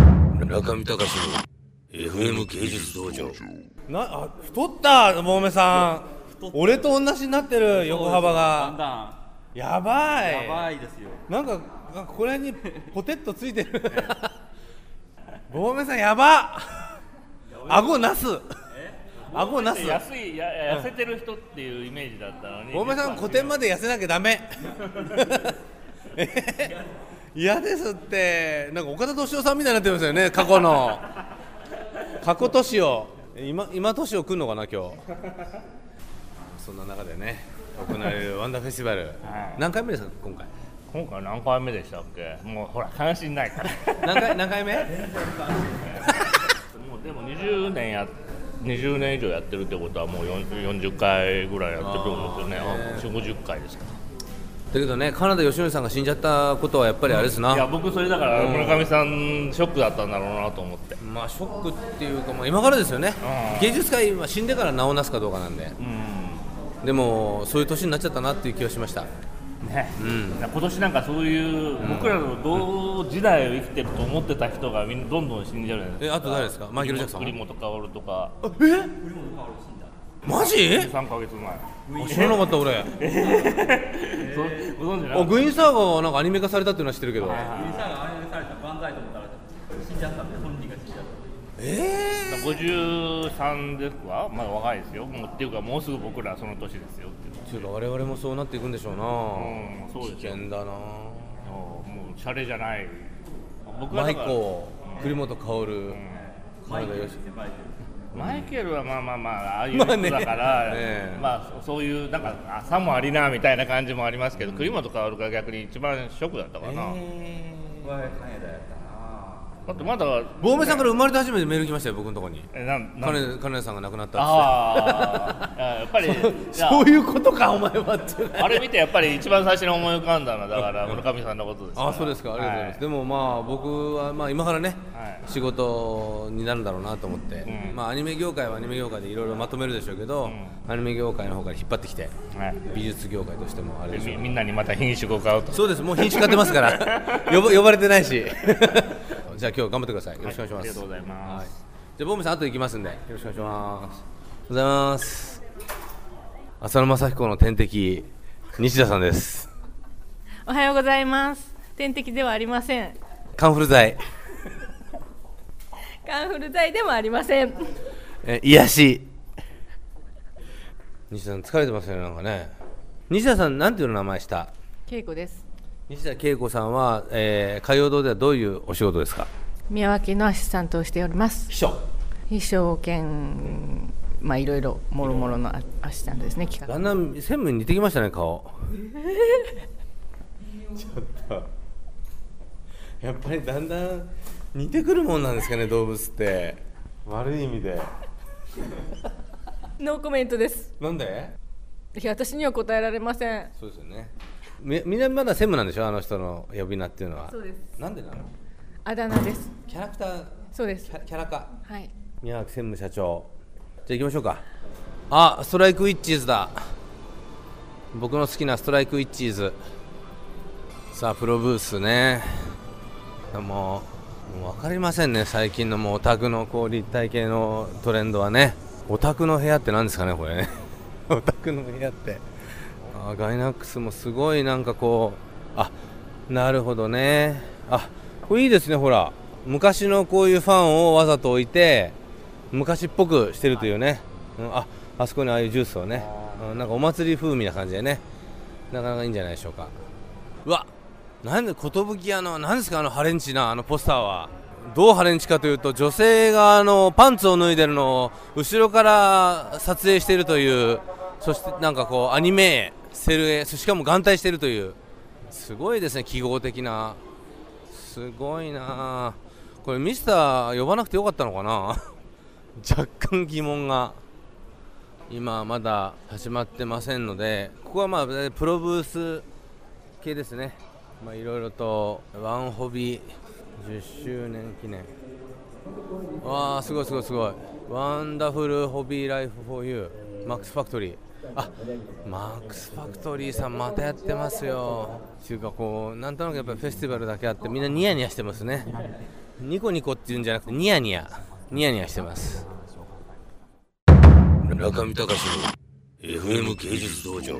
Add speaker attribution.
Speaker 1: 村上隆の FM 芸術道場
Speaker 2: なあ太ったもめさん俺と同じになってる横幅
Speaker 3: だん
Speaker 2: が
Speaker 3: だ
Speaker 2: やばい
Speaker 3: んやばいですよ
Speaker 2: なんかなんかこ れにポテッとついてる もめさんやば顎なす顎なす
Speaker 4: 安いやや痩せてる人っていうイメージだったのに
Speaker 2: もめさん古
Speaker 4: 実は
Speaker 2: 典まで痩せなきゃダメ え嫌ですってなんか岡田敏夫さんみたいになってますよね過去の過去敏夫今今敏夫来んのかな今日そんな中でね行われるワンダーフェスティバル、
Speaker 4: い
Speaker 2: 何回目ですか今回
Speaker 4: 今回何回目でしたっけもうほら関心 ないから
Speaker 2: 何回何回目
Speaker 4: もうでも20年や20年以上やってるってことはもう40 40回ぐらいやってると思うんですよね
Speaker 2: あー
Speaker 4: 4 5 0回ですか
Speaker 2: だけどね金田義則さんが死んじゃったことはやっぱりあれですない
Speaker 4: や僕それだから村上さんショックだったんだろうなと思って
Speaker 2: まあショックっていうか、まあ、今からですよね
Speaker 4: うん
Speaker 2: 芸術界は死んでから名をなすかどうかなんで
Speaker 4: うん
Speaker 2: でもそういう年になっちゃったなっていう気がしました
Speaker 4: ね、
Speaker 2: ん
Speaker 4: 今年なんかそういう僕らの同時代を生きてると思ってた人がみんなどんどん死んじゃうじゃないです
Speaker 2: え
Speaker 4: か
Speaker 2: あと誰ですかマイケル・ジャクソン
Speaker 4: 栗本薫とか
Speaker 2: えマジ
Speaker 4: 3ヶ月前
Speaker 2: あ知らなかった俺
Speaker 4: そご存知な
Speaker 2: あ
Speaker 4: かっ
Speaker 2: グイーンサーガーはなんかアニメ化されたっていうのは知ってるけど
Speaker 3: ミリさんがアニメされた万歳と思ったら死んじゃったんで本人が死んじゃった
Speaker 2: え
Speaker 4: た53ですわまだ若いですよもうっていうかもうすぐ僕らその年ですよっていう
Speaker 2: えちょっと我々もそうなっていくんでしょうな
Speaker 4: うんそうです
Speaker 2: 危
Speaker 4: よ
Speaker 2: 険だな
Speaker 4: あーもうシャレじゃない僕
Speaker 2: マ
Speaker 4: はだ
Speaker 2: イ
Speaker 4: から
Speaker 2: コー栗本薫
Speaker 3: マイ
Speaker 2: 金田
Speaker 3: ケルで
Speaker 2: 義
Speaker 3: すねマイケル
Speaker 4: マイケルはまあまあまあああいう
Speaker 2: ま
Speaker 4: 人
Speaker 2: あね
Speaker 4: だから、まあ
Speaker 2: ねえ
Speaker 4: そそういうなんかあさもありなみたいな感じもありますけど、栗本薫が逆に一番ショックだったかな、
Speaker 3: 僕は金田やったな
Speaker 4: だってまだ
Speaker 2: 坊めさんから生まれて初めてメール来ましたよ僕のとこに
Speaker 4: えなんなん
Speaker 2: 金金田さんが亡くなったっつって
Speaker 4: ああやっぱりいや
Speaker 2: そういうことかお前はっていう
Speaker 4: あれ見てやっぱり一番最初に思い浮かんだのはだから村上さんのことですから
Speaker 2: あそうですかありがとうございます、
Speaker 4: は
Speaker 2: でもまあ僕はまあ今からね、
Speaker 4: はい
Speaker 2: 仕事になるんだろうなと思って、
Speaker 4: うん
Speaker 2: まあアニメ業界はアニメ業界でいろいろまとめるでしょうけど、
Speaker 4: う
Speaker 2: アニメ業界の方から引っ張ってきて
Speaker 4: はい
Speaker 2: 美術業界としてもあれ
Speaker 4: で
Speaker 2: でしょう
Speaker 4: み
Speaker 2: けど
Speaker 4: みんなにまた品種を買うと
Speaker 2: そうですもう品種買ってますから 呼ば呼ばれてないし じゃあ今日頑張ってくださいよろしくお願いします、
Speaker 4: はいありがとうございます
Speaker 2: はいじゃあボムさん後で行きますんでよろしくお願いしますおはようございます浅野正彦の天敵西田さんです
Speaker 5: おはようございます。天敵ではありません。
Speaker 2: カンフル剤、
Speaker 5: カンフル剤でもありません。
Speaker 2: え癒し西田さん疲れてますよねなんかね西田さんなんていう名前した
Speaker 5: 恵子です。
Speaker 2: 西田恵子さんは、えー、海洋堂ではどういうお仕事ですか
Speaker 5: 宮脇のアシスタントをしております。
Speaker 2: 秘書
Speaker 5: 秘書兼、まあいろいろもろもろのアアシスタントですね。企
Speaker 2: だ
Speaker 5: 画。
Speaker 2: んだん専務に似てきましたね顔 ちょっとやっぱりだんだん似てくるもんなんですかね動物って悪い意味で
Speaker 5: ノーコメントです。
Speaker 2: なんで
Speaker 5: いや私には答えられません。
Speaker 2: そうですよねみみんなまだ専務なんでしょあの人の呼び名っていうのは
Speaker 5: そうです。
Speaker 2: なんでなの
Speaker 5: あだ名です。
Speaker 2: キャラクター
Speaker 5: そうです
Speaker 2: キ。ャキャラか
Speaker 5: はい。
Speaker 2: 宮脇専務社長じゃあ行きましょうかあストライクウィッチーズだ僕の好きなストライクウィッチーズさあプロブースねもうもう分かりませんね最近のもうオタクのこう立体系のトレンドはねオタクの部屋って何ですかねこれね オタクの部屋ってあガイナックスもすごいなんかこうあなるほどねあこれいいですねほら昔のこういうファンをわざと置いて昔っぽくしてるというね、うん、ああそこにああいうジュースをねうんなんかお祭り風味な感じでねなかなかいいんじゃないでしょうかうわなんで寿屋のなんですかあのハレンチなあのポスターはどうハレンチかというと女性があのパンツを脱いでるのを後ろから撮影しているというそしてなんかこうアニメセルへしかも眼帯しているというすごいですね記号的なすごいなあこれミスター呼ばなくてよかったのかな 若干疑問が今まだ始まってませんのでここはまあプロブース系ですね、まあ、いろいろとワンホビー10周年記念わあすごいすごいすごいワンダフルホビーライフ 4U マックスファクトリーあマックスファクトリーさんまたやってますよっていうかこうなんとなくやっぱりフェスティバルだけあってみんなニヤニヤしてますねニコニコっていうんじゃなくてニヤニヤニヤニヤしてます
Speaker 1: 中見隆の FM 芸術道場。